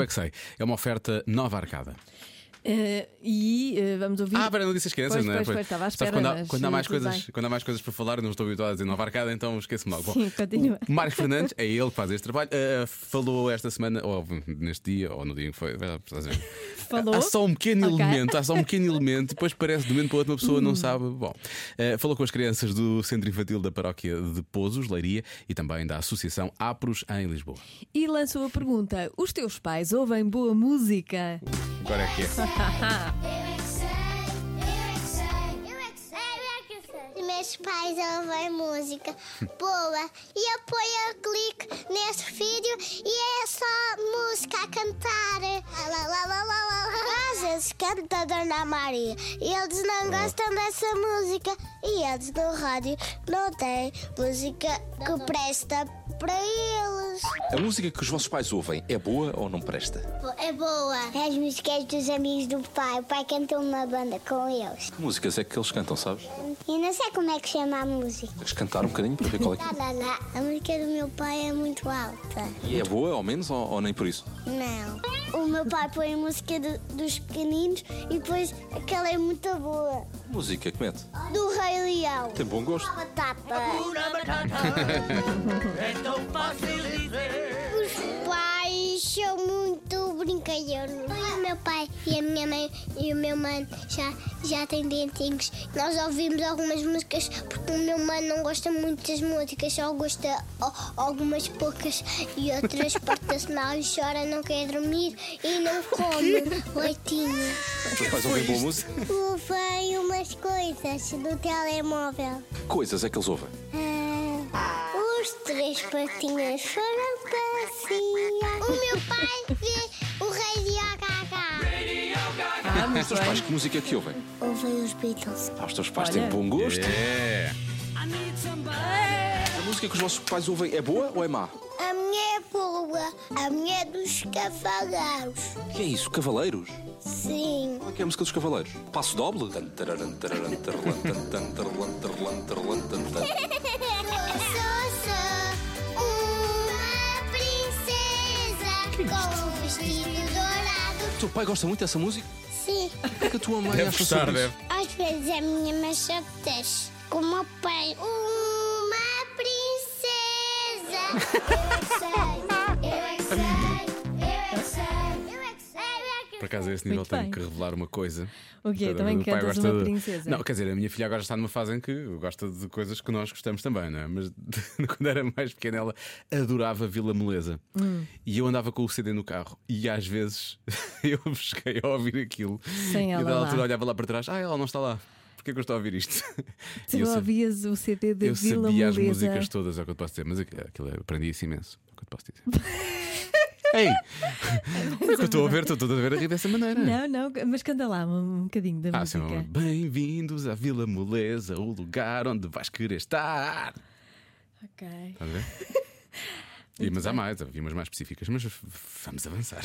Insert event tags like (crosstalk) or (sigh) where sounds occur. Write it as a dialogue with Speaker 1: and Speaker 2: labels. Speaker 1: é que sei. É uma oferta nova arcada.
Speaker 2: Eh, e eh, vamos ouvir.
Speaker 1: Ah, pera, não disse as crianças,
Speaker 2: Pois,
Speaker 1: não é?
Speaker 2: pois, pois, estava à
Speaker 1: Sabe
Speaker 2: espera,
Speaker 1: quando, há,
Speaker 2: mas,
Speaker 1: quando há mais
Speaker 2: tudo
Speaker 1: coisas,
Speaker 2: bem.
Speaker 1: quando há mais coisas para falar, não estou habituado a dizer nova arcada, então esqueço-me logo. Bom,
Speaker 2: Sim, continua.
Speaker 1: o Marcos Fernandes, é ele que faz este trabalho, eh, falou esta semana, ou neste dia, ou no dia em que foi. vai lá, estás a ver.
Speaker 2: Falou.
Speaker 1: Há só um pequeno
Speaker 2: Ok. Hum.
Speaker 1: elemento, há só um pequeno elemento, depois parece de um momento para outro, uma pessoa não sabe. Bom, eh, falou com as crianças do Centro Infantil da Paróquia de Pozos, Leiria, e também da Associação APROS em Lisboa.
Speaker 2: E lançou a pergunta: Os teus pais ouvem boa música?
Speaker 1: Agora é que é.
Speaker 3: Eu é que sei, eu é que sei, eu é que sei, eu é que sei. Meus pais ouvem música boa e apoia, clique nesse vídeo e é só música a cantar. Lá, lá, lá, lá, lá, lá. Às vezes canta a Dona Maria e eles não gostam dessa música e eles no rádio não têm música que presta para eles.
Speaker 4: A música que os vossos pais ouvem é boa ou não presta?
Speaker 3: É boa. As músicas dos amigos do pai. O pai canta uma banda com eles.
Speaker 4: Que músicas é que eles cantam, sabes?
Speaker 3: E não sei como é que chama a música.
Speaker 4: Queres cantar um bocadinho para ver qual é
Speaker 3: Lá,
Speaker 4: que
Speaker 3: lá, lá. A música do meu pai é muito alta.
Speaker 4: (laughs) E é boa, ao menos, ou, ou nem por isso?
Speaker 3: Não. O meu pai põe a música do- dos pequeninos e depois aquela é muito boa.
Speaker 4: Música que mete?
Speaker 3: Do Rei Leão.
Speaker 4: Tem bom gosto.
Speaker 3: Batata.
Speaker 5: Una matata, é tão fácil dizer.
Speaker 3: Os pais são muito brincalhões. O meu pai e a minha mãe e o meu mano já, já têm dentinhos. Nós ouvimos algumas músicas porque o meu mano não gosta muito das músicas, só gosta ó, algumas poucas e outras porta-se mal e chora, não quer dormir e não come leitinho.
Speaker 4: Os teus pais ouvem boa música?
Speaker 3: Ouvem umas coisas do telemóvel.
Speaker 4: Que coisas é que eles ouvem?
Speaker 3: Os três patinhas foram passear. O meu pai vê o rei de Gaga.
Speaker 2: Ah,
Speaker 4: Os teus pais, que música é que ouvem?
Speaker 3: Ouvem os Beatles.
Speaker 4: Ah, os teus pais
Speaker 2: Olha.
Speaker 4: têm bom gosto.
Speaker 1: É.
Speaker 4: A música que os vossos pais ouvem é boa ou é má?
Speaker 3: A minha é boa. A minha é dos cavaleiros.
Speaker 4: O que é isso? Cavaleiros?
Speaker 3: Sim.
Speaker 4: Qual é que é a música dos Cavaleiros? Passo doble? Tan, tararan, tararan, tararan, tan, tan, tararan, tararan, tararan, tan, tan.
Speaker 3: sou uma princesa com um vestido dourado.
Speaker 4: O teu pai gosta muito dessa música?
Speaker 3: Sim.
Speaker 4: O que é que a tua mãe
Speaker 1: Deve
Speaker 4: acha
Speaker 1: gostar,
Speaker 4: sobre isso?
Speaker 1: deve.
Speaker 3: Às vezes a minha machado desce com o meu pai. Uma princesa. Eu é que sei, eu é que sei, eu é que sei, eu é
Speaker 1: Por
Speaker 3: que sei.
Speaker 1: acaso, a esse nível
Speaker 2: Muito
Speaker 1: tenho
Speaker 2: bem.
Speaker 1: que revelar uma coisa.
Speaker 2: O quê?
Speaker 1: Cada
Speaker 2: Também
Speaker 1: vez o pai
Speaker 2: cantas
Speaker 1: gosta
Speaker 2: uma
Speaker 1: de-
Speaker 2: princesa?
Speaker 1: Não, quer dizer, a minha filha agora está numa fase em que gosta de coisas que nós gostamos também, não é? Mas (laughs) quando era mais pequena, ela adorava Vila Moleza.
Speaker 2: Hum.
Speaker 1: E eu andava com o CD no carro e às vezes (laughs) eu cheguei a ouvir aquilo.
Speaker 2: Sem
Speaker 1: e
Speaker 2: ela
Speaker 1: da
Speaker 2: lá.
Speaker 1: altura olhava lá para trás, ah, ela não está lá. Porquê que eu estou a ouvir isto?
Speaker 2: (laughs) Tu
Speaker 1: E eu sa-
Speaker 2: ouvias o CD da
Speaker 1: eu
Speaker 2: Vila
Speaker 1: sabia as
Speaker 2: Moleza.
Speaker 1: músicas todas, é o que eu te posso dizer, mas aqu- aquilo aprendi-se imenso. É o que eu te posso dizer.
Speaker 2: (laughs)
Speaker 1: Ei! É que eu estou a ver, estou estou a ver a rir dessa maneira.
Speaker 2: Não, não, mas canta lá um, um bocadinho da
Speaker 1: Ah, sim,
Speaker 2: música.
Speaker 1: Bem-vindos à Vila Moleza, o lugar onde vais querer estar.
Speaker 2: Ok.
Speaker 1: Estás a ver? E, mas há mais, havia umas mais específicas, mas v- vamos avançar.